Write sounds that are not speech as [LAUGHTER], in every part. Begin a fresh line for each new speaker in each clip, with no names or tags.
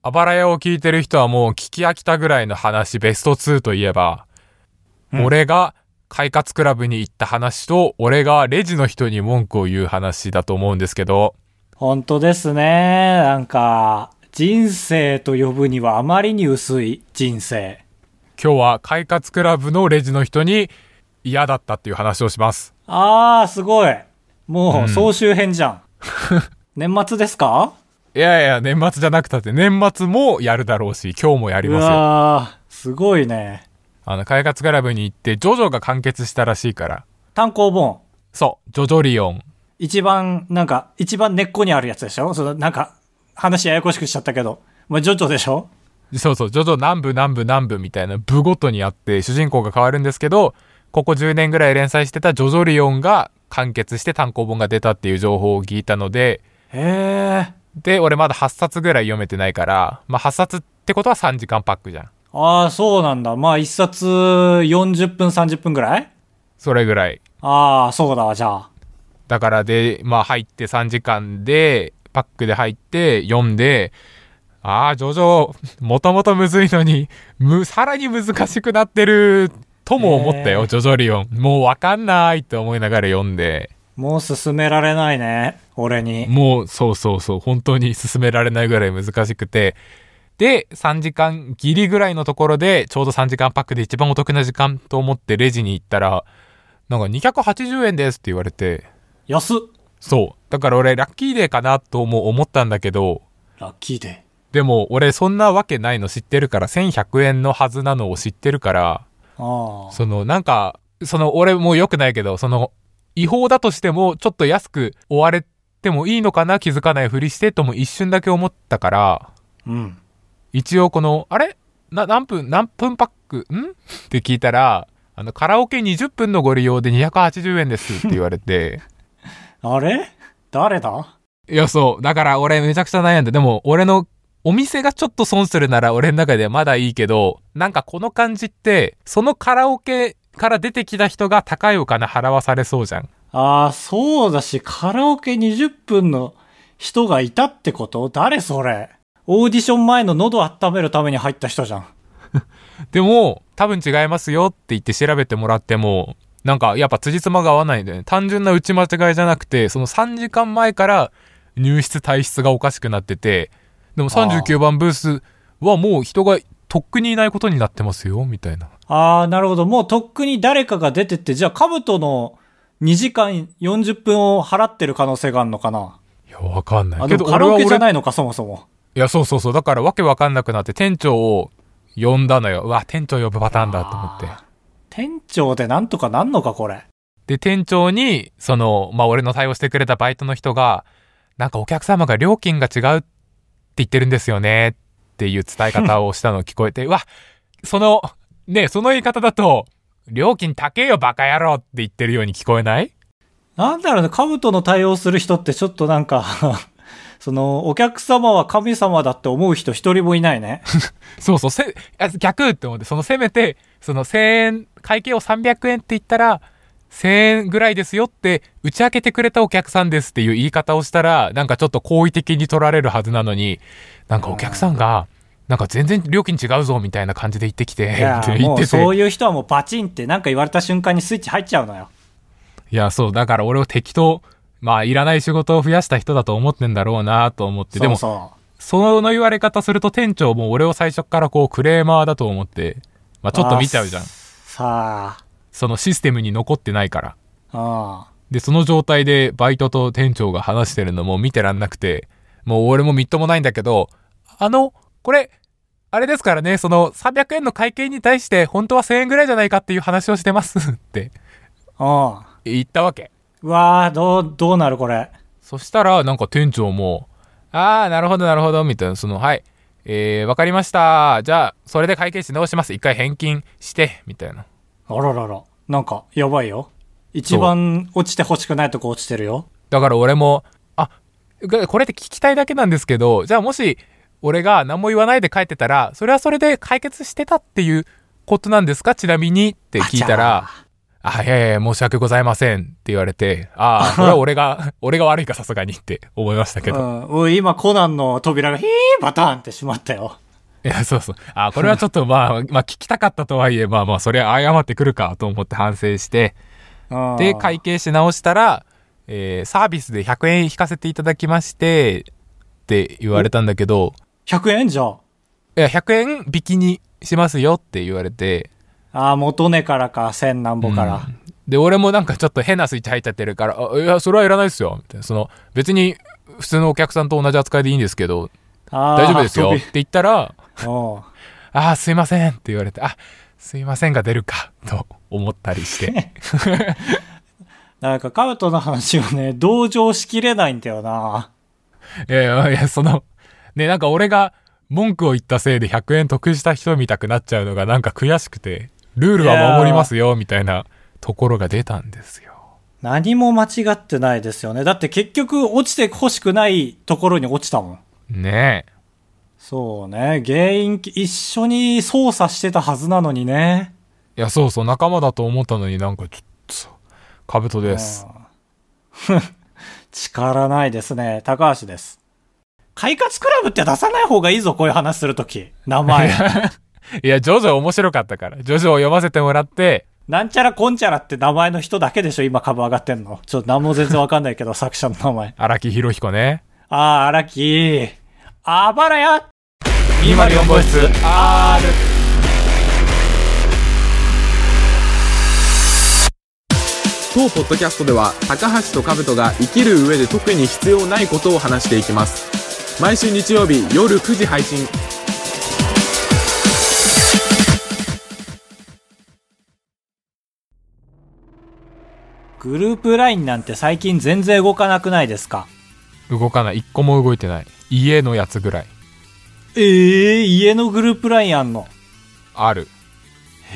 あばら屋を聞いてる人はもう聞き飽きたぐらいの話、ベスト2といえば、
うん
俺が快活クラブに行った話と、俺がレジの人に文句を言う話だと思うんですけど、
本当ですね。なんか、人生と呼ぶにはあまりに薄い人生。
今日は快活クラブのレジの人に嫌だったっていう話をします。
あー、すごい。も
う
う、
ん
総集編じ
[LAUGHS]
ゃん。年末ですか
いやいや、年末じゃなくたって、年末もやるだろうし、今日もやり
う
ますよ。
わー、すごいね。
あの、開活クラブに行って、ジョジョが完結したらしいから。
単行本。
そう、ジョジョリオン。
一番、なんか、一番根っこにあるやつでしょその、なんか、話ややこしくしちゃったけど。まあ、ジョジョでしょ
そうそう、ジョジョ南部南部南部みたいな部ごとにあって、主人公が変わるんですけど、ここ10年ぐらい連載してたジョジョリオンが完結して単行本が出たっていう情報を聞いたので、
へー。
で、俺まだ8冊ぐらい読めてないから、まあ8冊ってことは3時間パックじゃん。
ああ、そうなんだ。まあ、一冊40分、30分ぐらい
それぐらい。
ああ、そうだわ、じゃあ。
だからで、まあ入って3時間で、パックで入って読んで、ああ、ジョジョ、もともとむずいのに、む、さらに難しくなってる、とも思ったよ、
ねえ
ジョジョリオン。もうわかんないって思いながら読んで、
もう進められないね。俺に。
もう、そうそうそう、本当に進められないぐらい難しくて、で、3時間ギリぐらいのところで、ちょうど3時間パックで一番お得な時間と思ってレジに行ったら、なんか280円ですって言われて、
安っ
そう。だから俺、ラッキーデーかなとも思ったんだけど、
ラッキーで。
でも俺、そんなわけないの知ってるから、1100円のはずなのを知ってるから、
ああ。
その、なんか、その、俺もう良くないけど、その、違法だとしても、ちょっと安く追われてもいいのかな気づかないふりしてとも一瞬だけ思ったから、
うん。
一応この、あれな、何分、何分パックんって聞いたら、あの、カラオケ20分のご利用で280円ですって言われて、
あれ誰だ
いや、そう。だから俺めちゃくちゃ悩んで、でも俺のお店がちょっと損するなら俺の中ではまだいいけど、なんかこの感じって、そのカラオケから出てきた人が高いお金払わされそうじゃん。
ああ、そうだし、カラオケ20分の人がいたってこと誰それオーディション前の喉温めるために入った人じゃん。
でも、多分違いますよって言って調べてもらっても、なんかやっぱ辻褄が合わないんだよね。単純な打ち間違いじゃなくて、その3時間前から入室退室がおかしくなってて、でも39番ブースはもう人がとっくにいないことになってますよ、みたいな。
ああ、なるほど。もうとっくに誰かが出てって、じゃあ、兜の2時間40分を払ってる可能性があるのかない
や、わかんない
あ、
け
で
ど、
もカ
俺
ラ
は
オケ
俺
じゃないのか、そもそも。
いや、そうそうそう。だからわけわかんなくなって、店長を呼んだのよ。うわ、店長呼ぶパターンだと思って。
あー店長でなんとかなんのか、これ。
で、店長に、その、まあ、俺の対応してくれたバイトの人が、なんかお客様が料金が違うって言ってるんですよね、っていう伝え方をしたのを聞こえて、うわ、その、ねえその言い方だと、料金高えよ、バカ野郎って言ってるように聞こえない
なんだろうね、兜の対応する人ってちょっとなんか、 [LAUGHS] その、お客様は神様だって思う人一人もいないね。
そうそう、せ、あ逆って思って、そのせめて、その1000円、会計を300円って言ったら、1000円ぐらいですよって、打ち明けてくれたお客さんですっていう言い方をしたら、なんかちょっと好意的に取られるはずなのに、なんかお客さんが、なんか全然料金違うぞみたいな [LAUGHS] 感じで言ってきて、
いや
[LAUGHS] っ、て言
も
っ
う
てて。
そういう人はもうバチンってなんか言われた瞬間にスイッチ入っちゃうのよ。
いや、そう、だから俺を適当、まあ、いらない仕事を増やした人だと思ってんだろうなと思って、でも、
そうそ
その言われ方すると店長も俺を最初からこうクレーマーだと思って、まあ
う
ちょっと見ちゃうじゃん
あ。さ
そのシステムに残ってないから。
あ、
で、その状態でバイトと店長が話してるのも見てらんなくて、もう俺もみっともないんだけど、あの、これ、あれですからね、その300円の会計に対して本当は1000円ぐらいじゃないかっていう話をしてます [LAUGHS] って
うん。うん。
言ったわけ。
うわー、どう、どうなるこれ。
そしたらなんか店長も、あー、なるほどなるほど、みたいな、その、はい、えー、わかりました。じゃあ、それで会計し直します。一回返金して、みたいな。
あららら。なんか、やばいよ。一番落ちて欲しくないとこ落ちてるよ。
だから俺も、あ、がこれって聞きたいだけなんですけど、じゃあもし、俺が何も言わないで帰ってたら、それはそれで解決してたっていうことなんですかちなみにって聞いたら、あ、いやいや、申し訳ございませんって言われて、ああ、これは俺
[LAUGHS]
が、俺が悪いかさすがにって思いましたけど。
うんおい、今コナンの扉がヒーバターンって閉まったよ。
いや、そうそう。あ、これはちょっとまあ、まあ聞きたかったとはいえ、まあまあ、それは謝ってくるかと思って反省して、
うん
で、会計し直したら、えーサービスで100円引かせていただきまして、って言われたんだけど、
100円じゃん。
いや、100円引きにしますよって言われて、
ああ、元値からか、千何歩から。
で、俺もなんかちょっと変なスイッチ入っちゃってるから、あいや、それはいらないですよ、みたいな。その、別に普通のお客さんと同じ扱いでいいんですけど、
あー
大丈夫ですよって言ったら、
飛
ああ、すいませんって言われて、あ、すいませんが出るか、と思ったり
[LAUGHS]
して。
びうん。なんか、カウトの話をね、 [LAUGHS] 同情しきれないんだよな。
いやいや、いや、その、ね、なんか俺が文句を言ったせいで100円得した人みたくなっちゃうのがなんか悔しくて、ルールは守りますよ、みたいなところが出たんですよ。
何も間違ってないですよね。だって結局、落ちて欲しくないところに落ちたもん。
ねえ。
そうね。原因、一緒に操作してたはずなのにね。
いや、そうそう、仲間だと思ったのになんかちょっと、カブトです。
うん。力ないですね。高橋です。快活クラブって出さない方がいいぞ、こういう話するとき。
[LAUGHS]
名前。
いや、ジョジョ面白かったから、ジョジョを読ませてもらって、
なんちゃらこんちゃらって名前の人だけでしょ今株上がってんの。ちょっと何も全然わかんないけど、作者の名前。
荒木博彦ね。
あー、荒木。あばらや
204号室 R
当ポッドキャストでは高橋と兜が生きる上で特に必要ないことを話していきます毎週日曜日夜9時配信
グループ LINE なんて最近全然動かなくないですか
動かない一個も動いてない家のやつぐらい
えー、家のグループ LINE あんの
ある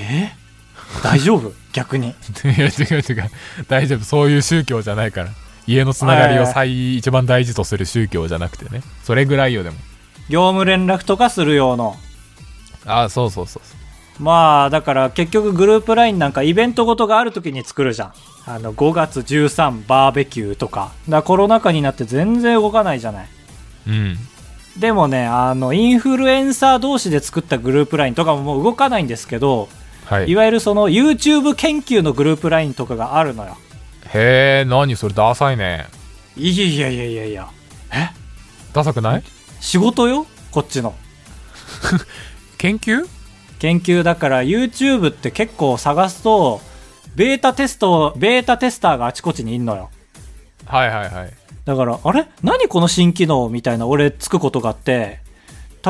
[LAUGHS]
大丈夫 [LAUGHS] 逆に。
いや違う違う大丈夫そういう宗教じゃないから家のつながりを最一番大事とする宗教じゃなくてねそれぐらいよでも
業務連絡とかする用の。
あそうそうそうそう
まあ、だから結局グループ LINE なんかイベントごとがある時に作るじゃん。あの、5月13バーベキューとか。だからコロナ禍になって全然動かないじゃない。
うん
でもね、あの、インフルエンサー同士で作ったグループ LINE とかももう動かないんですけど、
はい
いわゆるその YouTube 研究のグループ LINE とかがあるのよ。
へえ何それダサいね
いやいやいやいやいや、
ダサくない
仕事よこっちの。
研究
研究だから YouTube って結構探すと、ベータテスト、ベータテスターがあちこちにいんのよ。
はいはいはい
だから、あれ何この新機能みたいな俺つくことがあって、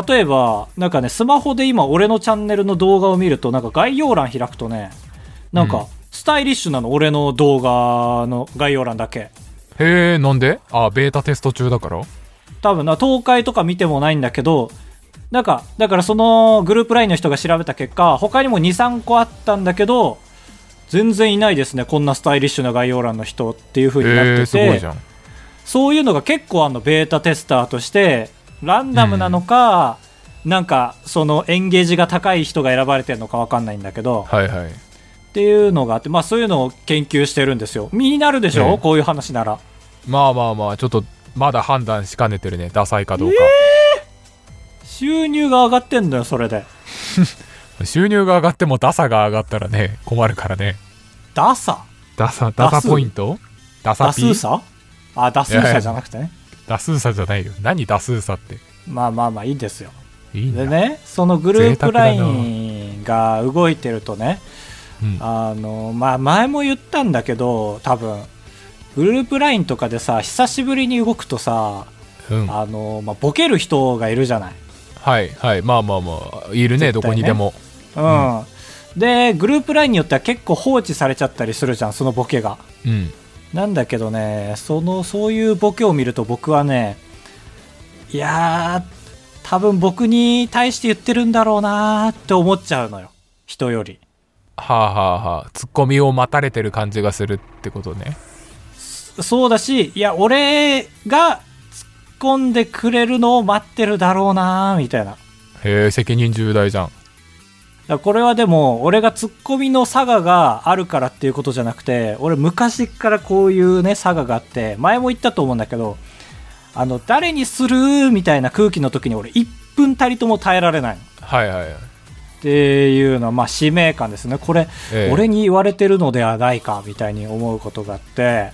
例えば、なんかね、スマホで今俺のチャンネルの動画を見ると、なんか概要欄開くとね、なん
うん
か、スタイリッシュなの、俺の動画の概要欄だけ。
へえなんであベータテスト中だから
多分な、東海とか見てもないんだけど、なんか、だからそのグループラインの人が調べた結果、他にも2、3個あったんだけど、全然いないですね、こんなスタイリッシュな概要欄の人っていう風になっ
へえ
て
す
て、
ごいじゃん
そういうのが結構あのベータテスターとしてランダムなのか、なんかそのエンゲージが高い人が選ばれてるのかわかんないんだけど
はいはい
っていうのがあってまあそういうのを研究してるんですよ身になるでしょ、
うん
こういう話なら
まあまあまあちょっとまだ判断しかねてるねダサいかどうか、
収入が上がってんのよそれで
収入が上がってもダサが上がったらね困るからね
ダサ
ダサダサポイントダサ
ダ
ピ
スー
ー
サあダスーサじゃなくてね
ダスーサじゃないよ何ダスーサって
まあまあまあいいですよ
いいんだ
でねそのグループ
贅沢だな
ラインが動いてるとね
うん、
あの、まあ、前も言ったんだけど、多分、グループ LINE とかでさ、久しぶりに動くとさ、
うん、
あの、まあ、ボケる人がいるじゃない。
はいはいまあまあまあいるね
絶対ね
どこにでも
うん。で、グループ LINE によっては結構放置されちゃったりするじゃん、そのボケが。
うん
なんだけどね、その、そういうボケを見ると僕はね、いやー、多分僕に対して言ってるんだろうなーって思っちゃうのよ。人より。
はあはあはあツッコミを待たれてる感じがするってことね
そうだし、いや、俺が突っ込んでくれるのを待ってるだろうなみたいな。
へえ責任重大じゃん
だからこれはでも俺がツッコミの差ががあるからっていうことじゃなくて俺昔からこういうね差ががあって前も言ったと思うんだけどあの誰にするみたいな空気の時に俺1分たりとも耐えられないの
はいはいはい。
っていうのはまあ使命感ですねこれ、
ええ
俺に言われてるのではないかみたいに思うことがあって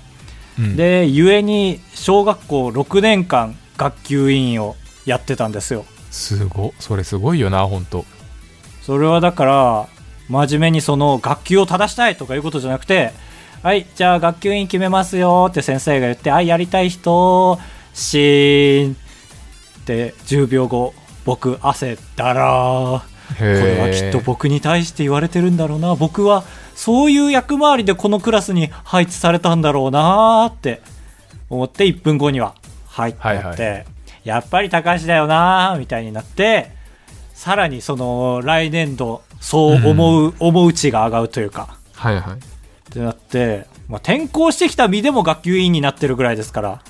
うん、
で故に小学校6年間学級委員をやってたんですよ
すごそれすごいよな本当
それはだから真面目にその学級を正したいとかいうことじゃなくてはいじゃあ学級委員決めますよって先生が言ってはいやりたい人シーンって10秒後僕汗だらー
こ
これはきっと僕に対して言われてるんだろうな僕はそういう役回りでこのクラスに配置されたんだろうなーって思って1分後にははいってなって、
は
やっぱり高橋だよなーみたいになってさらにその来年度そう思う、思う値が上がるというか
はいはい。
ってなって、まあ、転校してきた身でも学級委員になってるぐらいですから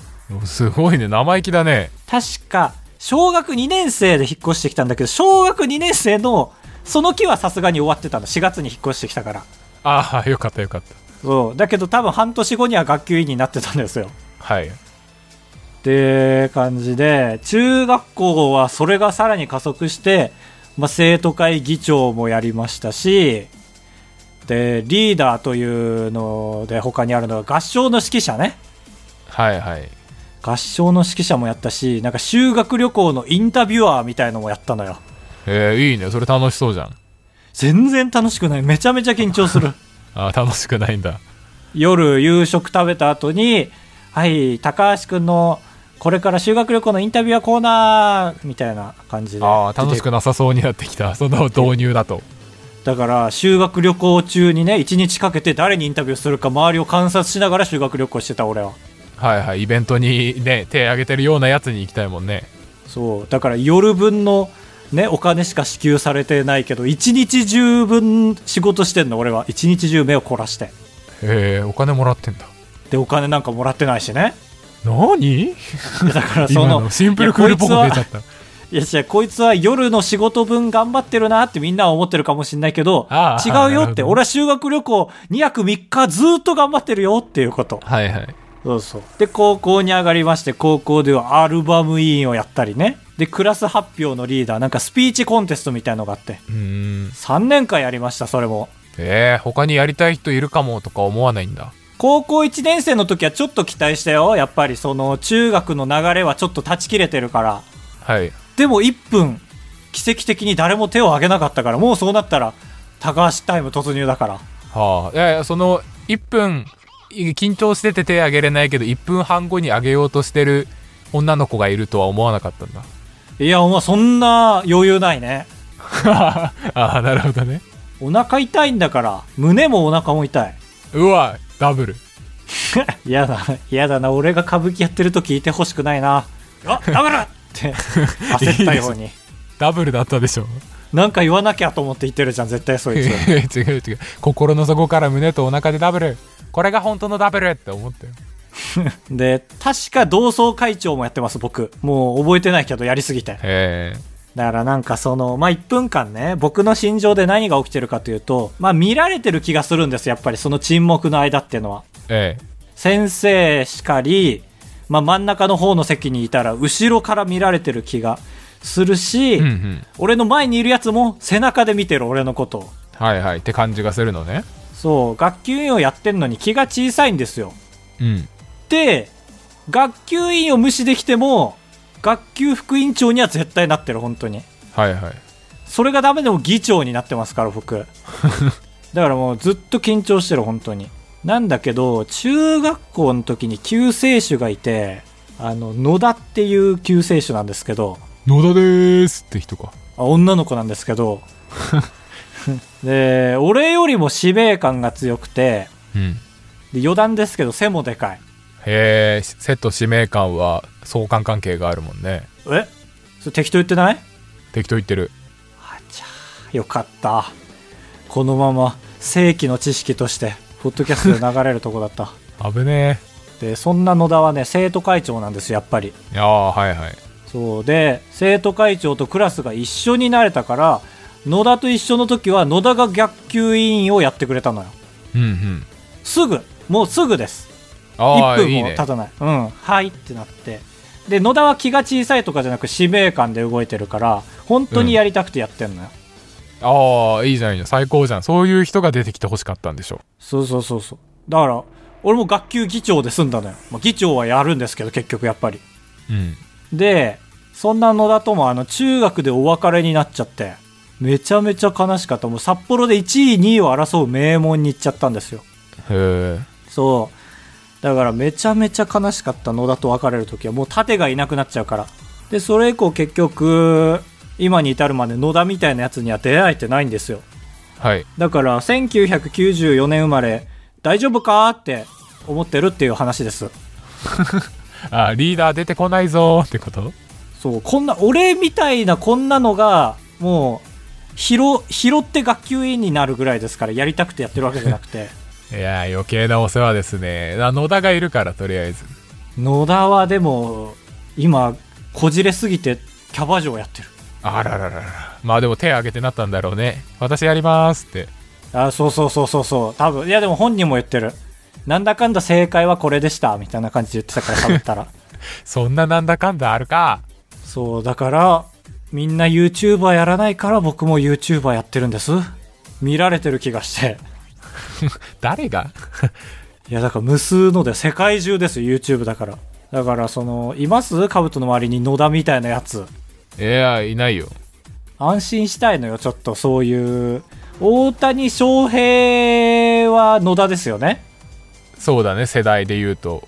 すごいね生意気だね
確か小学2年生で引っ越してきたんだけど小学2年生のその期はさすがに終わってたの4月に引っ越してきたから
ああよかったよかった
そうだけど多分半年後には学級委員になってたんですよ
はい
って感じで中学校はそれがさらに加速して、まあ、生徒会議長もやりましたしでリーダーというので他にあるのが合唱の指揮者ね
はいはい
合唱の指揮者もやったしなんか修学旅行のインタビュアーみたいのもやったのよ
えー、いいねそれ楽しそうじゃん
全然楽しくないめちゃめちゃ緊張
[LAUGHS]
する
あー楽しくないんだ
夜夕食食べた後に「はい高橋君のこれから修学旅行のインタビュアーコーナー」みたいな感じで
ああ楽しく
出て
なさそうになってきたその導入だと
だから修学旅行中にね1日かけて誰にインタビューするか周りを観察しながら修学旅行してた俺は
はいはいイベントにね手挙げてるようなやつに行きたいもんね
そうだから夜分のねお金しか支給されてないけど1日中分仕事してんの俺は1日中目を凝らして
えー、お金もらってんだ
でお金なんかもらってないしね
何
いやだからそ
今
の
のシンプルクールっぽく
いやこ
出
いつ
ちゃ
は
った
いや、違う、こいつは夜の仕事分頑張ってるなってみんなは思ってるかもしれないけど
あ、あ
違うよっ
なる
て、
ほど
俺は修学旅行2泊3日ずーっと頑張ってるよっていうこと。
はいはい
そうそう。で、高校に上がりまして、高校ではアルバム委員をやったりね。で、クラス発表のリーダー、なんかスピーチコンテストみたいのがあって、
うーん
3年間やりました、それも。
えー、他にやりたい人いるかもとか思わないんだ
高校1年生の時はちょっと期待したよ。やっぱりその中学の流れはちょっと断ち切れてるから。
はい
でも1分奇跡的に誰も手を挙げなかったからもうそうなったら高橋タイム突入だから
はあ、いやいやその1分い緊張してて手あげれないけど1分半後にあげようとしてる女の子がいるとは思わなかったんだ
いやお前そんな余裕ないね
[LAUGHS] ああなるほどね
お腹痛いんだから胸もお腹も痛いう [LAUGHS]
わダブル
嫌だ嫌だな俺が歌舞伎やってると聞いてほしくないなあダメだって焦ったように
ダブルだったでしょ
なんか言わなきゃと思って言ってるじゃん絶対そ
違う [LAUGHS]
いつ
違う心の底から胸とお腹でダブルこれが本当のダブルって思ったよ
で確か同窓会長もやってます僕もう覚えてないけどやりすぎて
へ
だからなんかその、まあ、1分間ね、僕の心情で何が起きてるかというと、まあ、見られてる気がするんです、やっぱりその沈黙の間っていうのは。
ええ
先生しかり、まあ、真ん中の方の席にいたら、後ろから見られてる気がするし、
えうんうん
俺の前にいるやつも背中で見てる俺のことを
はいはいって感じがするのね
そう、学級委員をやってんのに気が小さいんですよ。
うん
で、学級委員を無視できても、学級副委員長には絶対なってる、本当に。
はいはい
それがダメでも議長になってますから僕だからもうずっと緊張してる本当になんだけど中学校の時に救世主がいてあの野田っていう救世主なんですけど
野田でーすって人か
あ女の子なんですけどで俺よりも使命感が強くて
うん
で余談ですけど背もでかい
へえセット使命感は相関関係があるもんね
えそれ適当言ってない
適当言ってる
あちゃーよかったこのまま正規の知識としてポッドキャストで流れるとこだった
危ね
でそんな野田はね生徒会長なんですやっぱり
えああはいはい
そうで生徒会長とクラスが一緒になれたから野田と一緒の時は野田が逆級委員をやってくれたのよ
うんうん。
すぐもうすぐです
あ
1
あ、い
分
い
も
ね
経。たないうんはいってなってで野田は気が小さいとかじゃなく使命感で動いてるから本当にやりたくてやってんのよ、
ああ、いいじゃん、いいじゃん。最高じゃん。そういう人が出てきてほしかったんでしょ。
そうそうそうそうだから俺も学級議長で済んだのよ、まあ、議長はやるんですけど結局やっぱり
うん。
でそんな野田ともあの中学でお別れになっちゃってめちゃめちゃ悲しかったもう札幌で1位2位を争う名門に行っちゃったんですよ
へえ。
そうだからめちゃめちゃ悲しかった野田と別れる時はもう盾がいなくなっちゃうからでそれ以降結局今に至るまで野田みたいなやつには出会えてないんですよ
はい。
だから1994年生まれ大丈夫かって思ってるっていう話です
ああ、リーダー出てこないぞーってこと
そうこんな俺みたいなこんなのがもう拾拾って学級委員になるぐらいですからやりたくてやってるわけじゃなくて
いやー、余計なお世話ですね。あ野田がいるから、とりあえず。
野田はでも今こじれすぎてキャバ嬢やってる
あらららら。まあでも手挙げてなったんだろうね。私やりますって。
あそうそうそうそうそう多分いやでも本人も言ってるなんだかんだ正解はこれでしたみたいな感じで言ってたから喋ったら
そんななんだかんだあるか。
そうだからみんな YouTuber やらないから僕も YouTuber やってるんです見られてる気がして
誰が
いやだから無数ので世界中ですよ YouTube だからだからそのいますカブトの周りに野田みたいなやつ
いや、いないよ。
安心したいのよちょっとそういう大谷翔平は野田ですよね
そうだね、世代で言うと。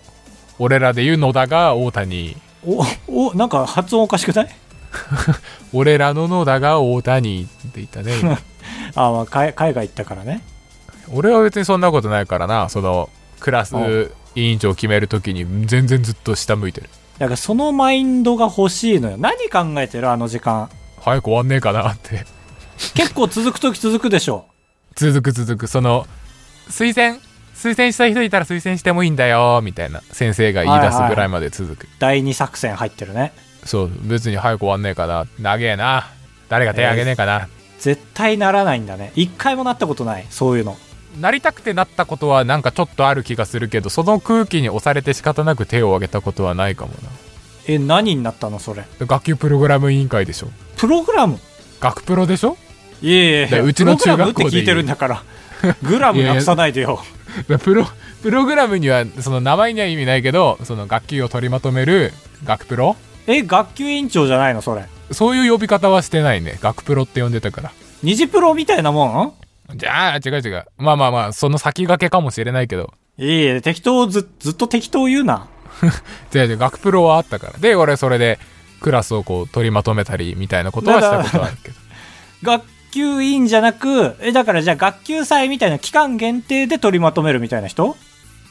俺らで言う野田が大谷。
おおなんか発音おかしくない
俺らの野田が大谷って言ったね。 [LAUGHS] 今
あ、まあ、海海外行ったからね
俺は別にそんなことないからな。その、クラス
うん
委員長決めるときに全然ずっと下向いてる。
だからそのマインドが欲しいのよ何考えてるあの時間
早く終わんねえかなって。
結構続く時続くでしょ [LAUGHS]
続く続く。その、推薦推薦した人いたら推薦してもいいんだよ、みたいな。先生が言い出すぐらいまで続く。
第2作戦入ってるね
そう、別に早く終わんねえかな。長えな。誰が手挙げねえかな。
絶対ならないんだね一回もなったことないそういうの
なりたくてなったことはなんかちょっとある気がするけどその空気に押されて仕方なく手を挙げたことはないかも
え何になったのそれ
な学級プログラム委員会でしょ
プログラム
学プロでしょ
いえい
だか
え
らうちの
プログラム
中学校で
って聞いてるんだからグラムなくさないでよ
プロプログラムにはその名前には意味ないけどその学級を取りまとめる学プロ
え学級委員長じゃないのそれ
そういう呼び方はしてないね学プロって呼んでたから
二次プロみたいなも
じゃあ違う違うまあまあまあその先駆けかもしれないけど
んいえいえ適当ずずっと適当言うな
違う違う学プロはあったからで俺それでクラスをこう取りまとめたりみたいなことはしたことはあるけど
学級委員じゃなくえだからじゃあ学級祭みたいな期間限定で取りまとめるみたいな人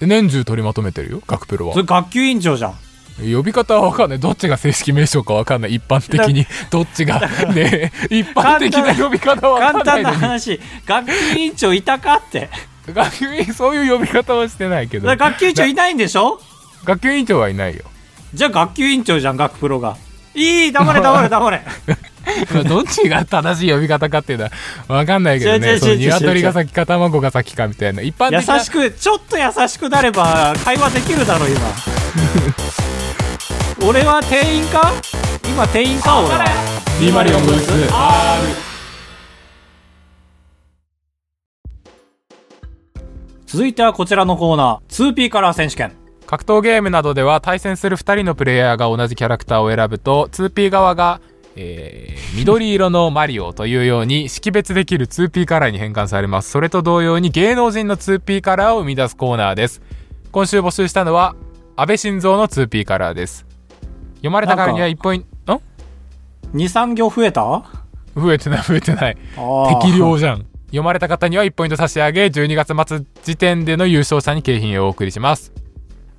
年中取りまとめてるよ学プロは
それ学級委員長じゃん
呼び方は分かんないどっちが正式名称か分かんない一般的
[LAUGHS]
にどっちがねえ一般的な呼び方は
簡
分か
単
んな
ない
のに
話学級委員長いたか
[LAUGHS]
って
学級委員そういう呼び方はしてないけど
だから学級委員長いないんでしょ
学級委員長はいないよ
じゃあ学級委員長じゃん学プロがいい黙れ黙れ黙れ
まあどっちが正しい呼び方かっていうのは分かんないけど
違う違う違
ね
う
その
違う違う
鶏が先か卵が先かみたいな一般
優
的な
しくちょっと優しくなれば会話できるだ
[LAUGHS]
ろ今俺は店員か今店員か俺は
リーマリオンブース
続いてはこちらのコーナー 2P カラー選手権
格闘ゲームなどでは対戦する2人のプレイヤーが同じキャラクターを選ぶと 2P 側が、えー緑色のマリオというように識別できる 2P カラーに変換されますそれと同様に芸能人の 2P カラーを生み出すコーナーです今週募集したのは安倍晋三の 2P カラーです読まれたからには1ポイントん
23行増えた
増えてない増えてない
ー
適量じゃん読まれた方には1ポイント差し上げ12月末時点での優勝者に景品をお送りします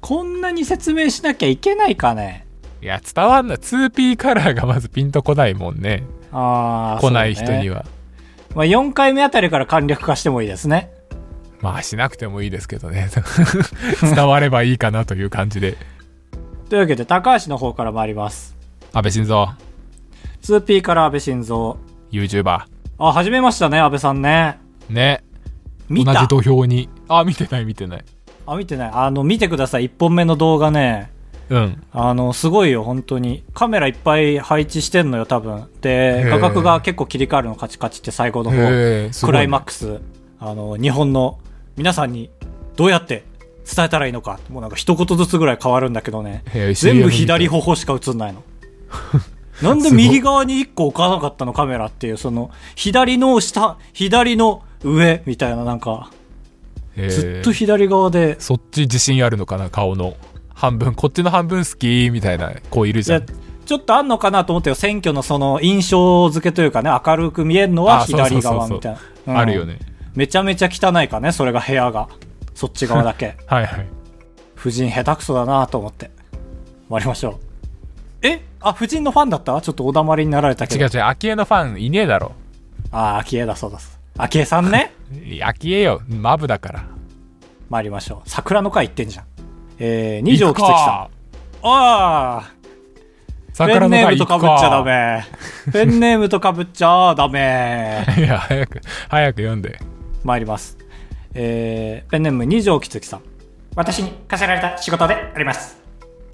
こんなに説明しなきゃいけないかね
いや、伝わんな。2P カラーがまずピンとこないもんね。
ああ
来ない人には。
まあ、4回目あたりから簡略化してもいいですね
まあ、しなくてもいいですけどね。 [LAUGHS] 伝わればいいかなという感じで。
というわけで高橋の方から参ります
安倍晋三、
2P から安倍晋三
YouTuber。
あ、始めましたね、安倍さんね。
ね。
見
同
た
じ土俵に。あ、見てない見てない。
あ、見てない。あの、見てください。1本目の動画ね。
うん。
あの、すごいよ、本当に。カメラいっぱい配置してんのよ、多分。で
へ、ー
画角が結構切り替わるの、カチカチって最後の方。
へーすごい
ク
ね
ライマックス。あの、日本の皆さんにどうやって伝えたらいいのか。もうなんか一言ずつぐらい変わるんだけどね。
へー
全
CM
部
みたい
左頬しか映んな
[LAUGHS]
いの。なんで右側に1個置かなかったのカメラっていう、その、左の下、左の上みたいな、なんか、
へー
ずっと左側で、
そっち自信あるのかな、顔の。半分、こっちの半分好きみたいな子いる
い
じゃ
や
ん。
ちょっとあんのかなと思ったよ、選挙のその印象付けというかね、明るく見えるのは
あそうそうそ
左
うそう
側みたいな。うん
あるよね。
めちゃめちゃ汚いからね、それが部屋が。そっち側だ
[LAUGHS]
け。
はいはい。
夫人下手くそだなと思って。終わりましょう。えあ、夫人のファンだったちょっとお黙りになられたけ
違う
ど。
違う、昭恵のファンいねえだろ。
ああ、昭恵だそうです。昭恵さんね。
昭恵よ、マブだから。
参りましょう。桜の会行ってんじゃん。えー、二条吉月さん。
ん。
ああペ
桜
ン
の
ネーム
会行
と
くか
かぶっちゃダメ。ペンネームとかぶっちゃダメ。
いや、早く、早く読んで。
参ります、えーペンネーム二条きつきさん私に課せられた仕事であります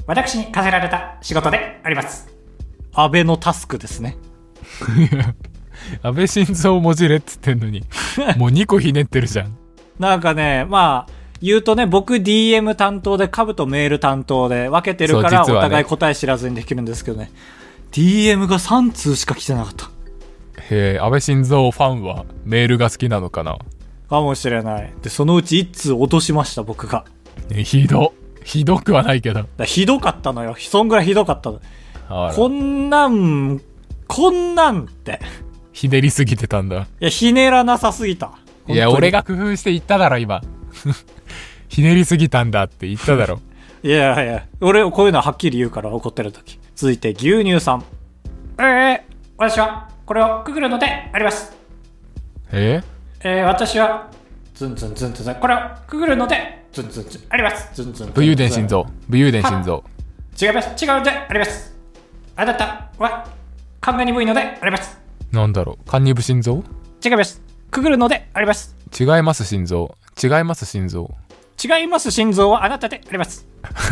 私に課せられた仕事であります安倍のタスクですね
安倍晋三文字れっつってん
[LAUGHS]
のに、もう2個ひねってるじゃん。
なんかねまあ言うとね僕 DM 担当でカブとメール担当で分けてるからお
そう実はね
互い答え知らずにできるんですけどね DM が3通しか来てなかった
へえ、安倍晋三ファンはメールが好きなのかな。
かもしれないでそのうち1通落としました僕が
ねひど。ひどくはないけど。
だひどかったのよそんぐらいひどかったの
あら
こんなんこんなんって
ひねりすぎてたんだ。
いや、ひねらなさすぎた。
いや、
本当に
俺。が工夫して言っただろ、今。 [LAUGHS] ひねりすぎたんだって言っただ
[LAUGHS]
ろ。
いやいや、俺、こういうのははっきり言うから、怒ってる時。続いて、牛乳さん。ええ私は、これをくぐるのであります。
え
えー、私は、ズンズンズンズン、これをくぐるので、ズンズンズン、あります。ズンズン。
武勇伝心。臓。武勇伝心臓。
違います。違うであります。あなたは、考えにぶいのであります。
なんだろう。カンニブ心臓
違います。くぐるのであります。
違います、心臓。違います、心臓。
違います、心臓はあなたであります。
[LAUGHS]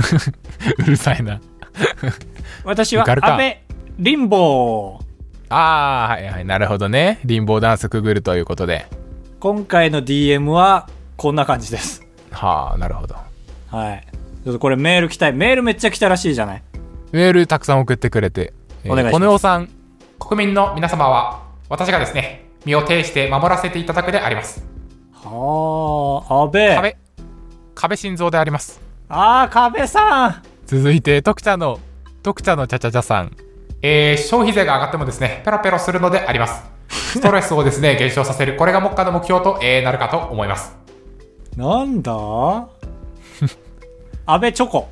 うるさいな。
私は、
受かるか
安倍、リンボー。
あー、はいはい、なるほどね。リンボーダンスくぐるということで。
今回の DM はこんな感じです。
はあ、なるほど。
はい。ちょっとこれメール来たい。メールめっちゃ来たらしいじゃない。
メールたくさん送ってくれて。えー
お願いします
このおさん。国民の皆様は、私がですね、身を挺して守らせていただくであります。
はあ、安倍。
壁、壁心臓であります。
ああ、壁さん。
続いて特茶の特茶のちゃちゃちゃさん、えー消費税が上がってもですねペロペロするのでありますストレスをです
[LAUGHS]
ね減少させるこれが目下の目標と、えーなるかと思います
なんだ安倍チョコ。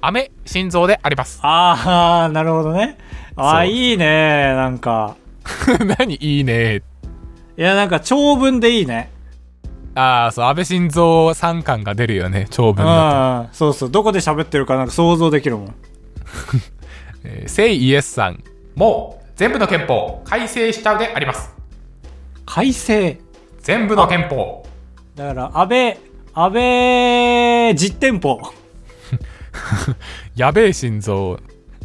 飴心臓であります
[LAUGHS] ああ、なるほどね。あ
そ
あ、
う
いいね。なんか。
何いいね
いや、なんか長文でいいね。
ああそう安倍晋三三巻が出るよね長
う
文だと、
ん。そうそう。どこで喋ってるかなんか想像できるもん。
えーセイイエスさんもう全部の憲法改正しちゃうであります
改正。
全部の憲法
だから、安倍、安倍実店舗。
やべえ心臓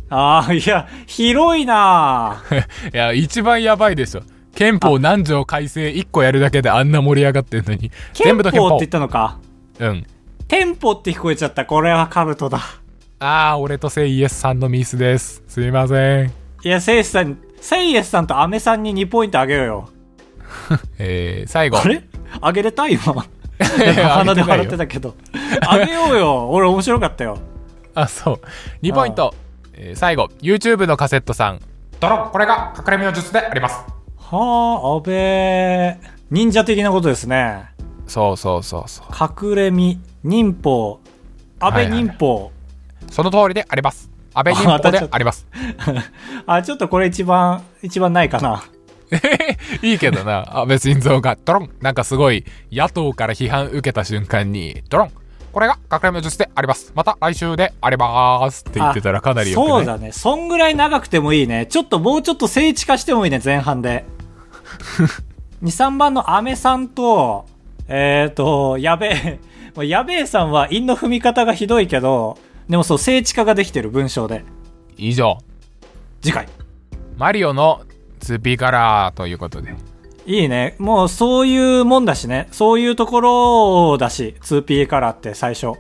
ああ、いや、広いな
[LAUGHS]
あ
[LAUGHS] いや一番やばいでしょ憲法何条改正1個やるだけであんな盛り上がってんのに
憲法
の
って言ったのか。
うん。
店舗って聞こえちゃった。これはカブトだ。
ああ、俺とセイエスさんのミスです。すいません。
いや、セイエスさん、セイエスさんとアメさんに2ポイントあげようよ。
えー、最後。
あれあげれ
[LAUGHS]
た今。
や
鼻で
あげてないよ
笑ってたけど。あげようよ。俺面白かったよ。
あ、そう。2ポイント。えー最後。YouTube のカセットさん。ドロン、これが隠れ身の術であります。
はあ、安倍。忍者的なことですね。
そうそうそうそう。
隠れ身、忍法、安倍忍法。
その通りであります。安倍
あ
人
また
法
ち
で
ょっと
あります。
[LAUGHS] あ、ちょっとこれ一番、一番ないかな。
[LAUGHS] いいけどな。安倍晋三がドロン。なんかすごい、野党から批判受けた瞬間に、ドロン。これが隠れ身の術であります。また来週であります。って言ってたらかなりよく、ね、 [LAUGHS]
そうだね。そんぐらい長くてもいいね。ちょっともうちょっと聖地化してもいいね、前半で。 23番のアメさんとえっ、とや [LAUGHS] べえもうやべえさんは韻の踏み方がひどいけどでもそう聖地化ができてる文章で
以上
次回
マリオのツーピーカラーということで
いいねもうそういうもんだしねそういうところだし 2P カラーって最初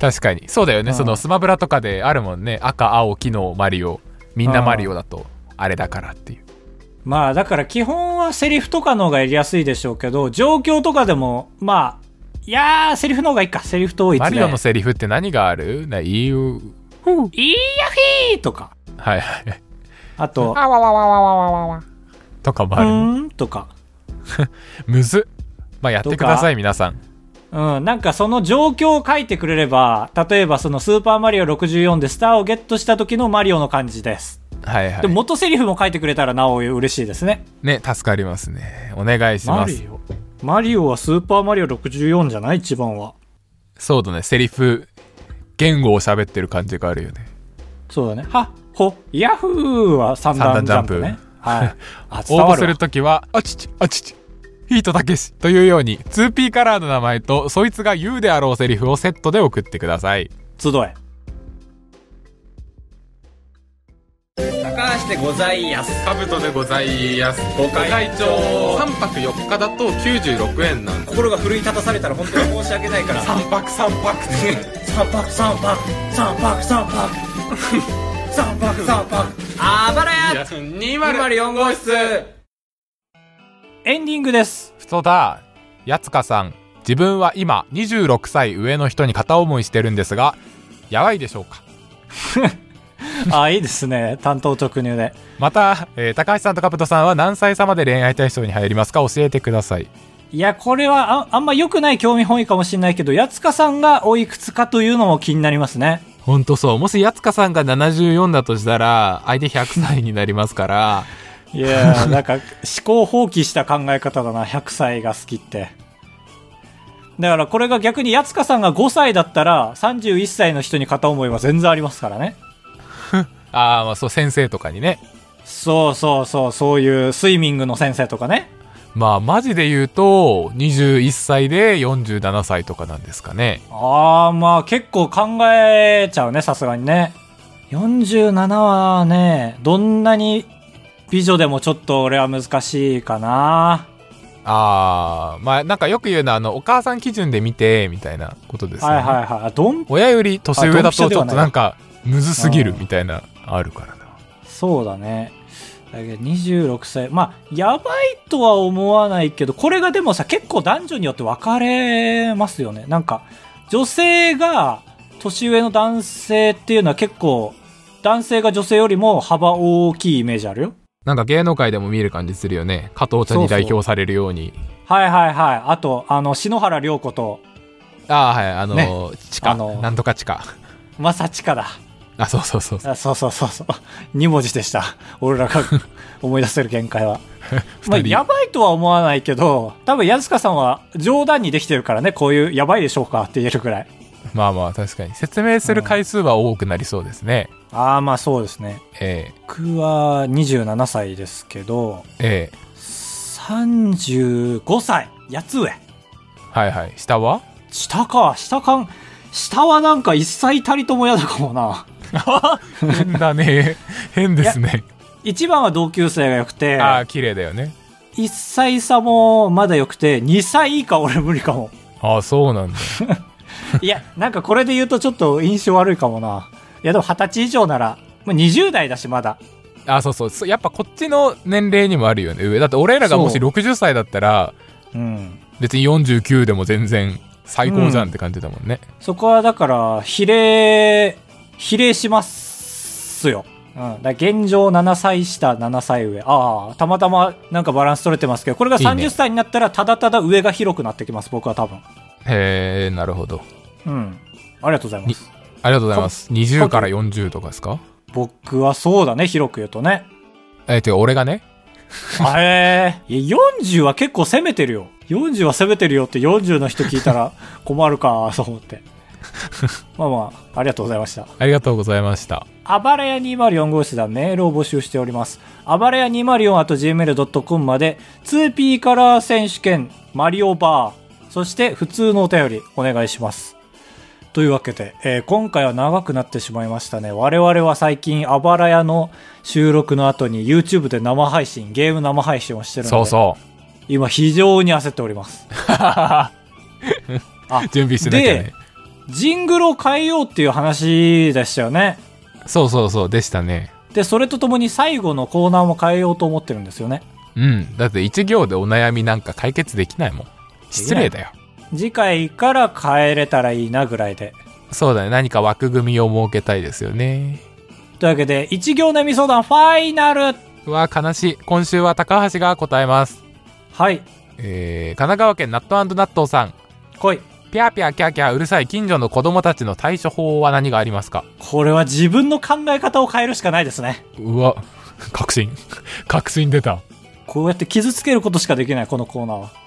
確かにそうだよね、
うん
そのスマブラとかであるもんね赤青黄のマリオみんな
うん
マリオだとあれだからっていう
まあだから基本はセリフとかの方がやりやすいでしょうけど状況とかでもまあいやーセリフの方がいいかセリフ統一で
マリオのセリフって何があるな ?EU ふう
いいやひーとか
はい [LAUGHS] はい
[LAUGHS] あと
あわわわわわわわわとかも
う
あるね、
ーんとか
むずっまあやってくだ
と
さい皆さん
うん、なんかその状況を書いてくれれば、例えばそのスーパーマリオ64でスターをゲットした時のマリオの感じです。
はいはい
でも元セリフも書いてくれたらなお嬉しいですね。
ね助かりますねお願いします
オ。マリオはスーパーマリオ64じゃない一番は。
そうだねセリフ言語を喋ってる感じがあるよね
そうだね。は、ほ、ヤフーは三
三
段
段ジ
ジャ
ャ
ン
ン
プ
プ
ね。はい。あ、伝
応
わ
募
る
す
わ
る。ときは、あちち、あちち、ヒートたけしというように、2P カラーの名前と、そいつが言うであろうセリフをセットで送ってください。
集え。
高橋でございやす。カブトでございやす。ご会長。3泊4日だと96円なんです。
心が奮い立たされたら本当に申し訳ないから
3泊3泊って。
三泊三泊三泊三泊三泊三泊あばらや
204号室。
エンディングです。
ふとだ、やつかさん、自分は今、26歳上の人に片思いしてるんですが、やばいでしょうか
あ、いいですね。担当直入で。
また、えー高橋さんとカブトさんは何歳差まで恋愛対象に入りますか教えてください。
いや、これはああんま良くない興味本位かもしれないけど、やつかさんがおいくつかというのも気になりますね。
ほんとそう。もしやつかさんが74だとしたら、相手100歳になりますから、
いやーなんか思考放棄した考え方だな100歳が好きってだからこれが逆にやつかさんが5歳だったら31歳の人に片思いは全然ありますからね
[LAUGHS] ああ、まあそう、先生とかにね。
そうそうそうそういうスイミングの先生とかね
まあマジで言うと21歳で47歳とかなんですかね
ああまあ結構考えちゃうねさすがにね47はねどんなに美女でもちょっと俺は難しいかな
ああまあなんかよく言うのはあのお母さん基準で見てみたいなことですよね、
はいはいはいどん
親より年上だとちょっと
あドンピシャではな
ないんかむずすぎるみたいなあるからな
そうだね。だけど26歳。まあ、やばいとは思わないけど、これがでもさ、結構男女によって分かれますよね。なんか、女性が年上の男性っていうのは結構、男性が女性よりも幅大きいイメージあるよ。
なんか芸能界でも見える感じするよね加藤茶に代表されるように
はいはいはい。あと、あの、篠原涼子と、
ああはいあのー地下、
あのー
なんとか地下
まさちかだ。
[LAUGHS] あそうそうそうそう
あそうそうそうそう。2文 [LAUGHS] 字でした。俺らが思い出せる限 [LAUGHS] 界は。まあ、
二人
やばいとは思わないけど、多分、やすかさんは冗談にできてるからね、こういう、やばいでしょうかって言えるくらい。
まあまあ確かに説明する回数は多くなりそうですね、
ああ、まあそうですね。
え
僕は27歳ですけど、
えええ
35歳、八つ上。
はいはい下は
下か、下かん、下はなんか一切たりとも嫌だかもな。
変だ [LAUGHS] ね変ですね
一番は同級生が良くて、
ああ綺麗だよね
一歳差もまだ良くて、二歳以下俺無理かも。
ああそうなんだ
いや、なんかこれで言うとちょっと印象悪いかもな。いや、でも二十歳以上なら、まあ、20代だしまだ。
ああそうそうそうやっぱこっちの年齢にもあるよね上だって俺らがもし
そ
60歳だったら
うん。
別に49でも全然最高じゃんって感じだもんね、
そこはだから、比例、比例しますよ。うん。だから現状7歳下、7歳上。ああ、たまたまなんかバランス取れてますけど、これが
いいね
30歳になったら、ただただ上が広くなってきます、僕は多分。
へえなるほど
うん。ありがとうございます。
ありがとうございます20から40とかですか
僕はそうだね、広く言うとね。
えてか俺がね
あれ [LAUGHS] いや、40は結構攻めてるよ。40は攻めてるよって40の人聞いたら困るか、と思って。まあまあ、ありがとうございました。
ありがとうございました。
あばらや204号室ではメールを募集しております。あばらや 204.gmail.com まで 2P カラー選手権、マリオバー、そして普通のお便りお願いします。というわけで、えー今回は長くなってしまいましたね。我々は最近あばらやの収録の後に YouTube で生配信、ゲーム生配信をしてるので、
そうそう。
今非常に焦っております。あ
[LAUGHS] 準備してなきゃね。
ジングルを変えようっていう話でしたよね。
そうそうそう、でしたね。
で、それとともに最後のコーナーも変えようと思ってるんですよね。
うん。だって一行でお悩みなんか解決できないもん。失礼だよ。
次回から帰れたらいいなぐらいで。
そうだね。何か枠組みを設けたいですよね。
というわけで、一行悩み相談ファイナル
うわ、悲しい。今週は高橋が答えます。
はい、
えー、神奈川県ナットナットさん。
来い。
ピャーピャーキャーキャーうるさい近所の子供たちの対処法は何がありますか
これは自分の考え方を変えるしかないですね。
うわ、確信。確信出た。
こうやって傷つけることしかできない、このコーナーは。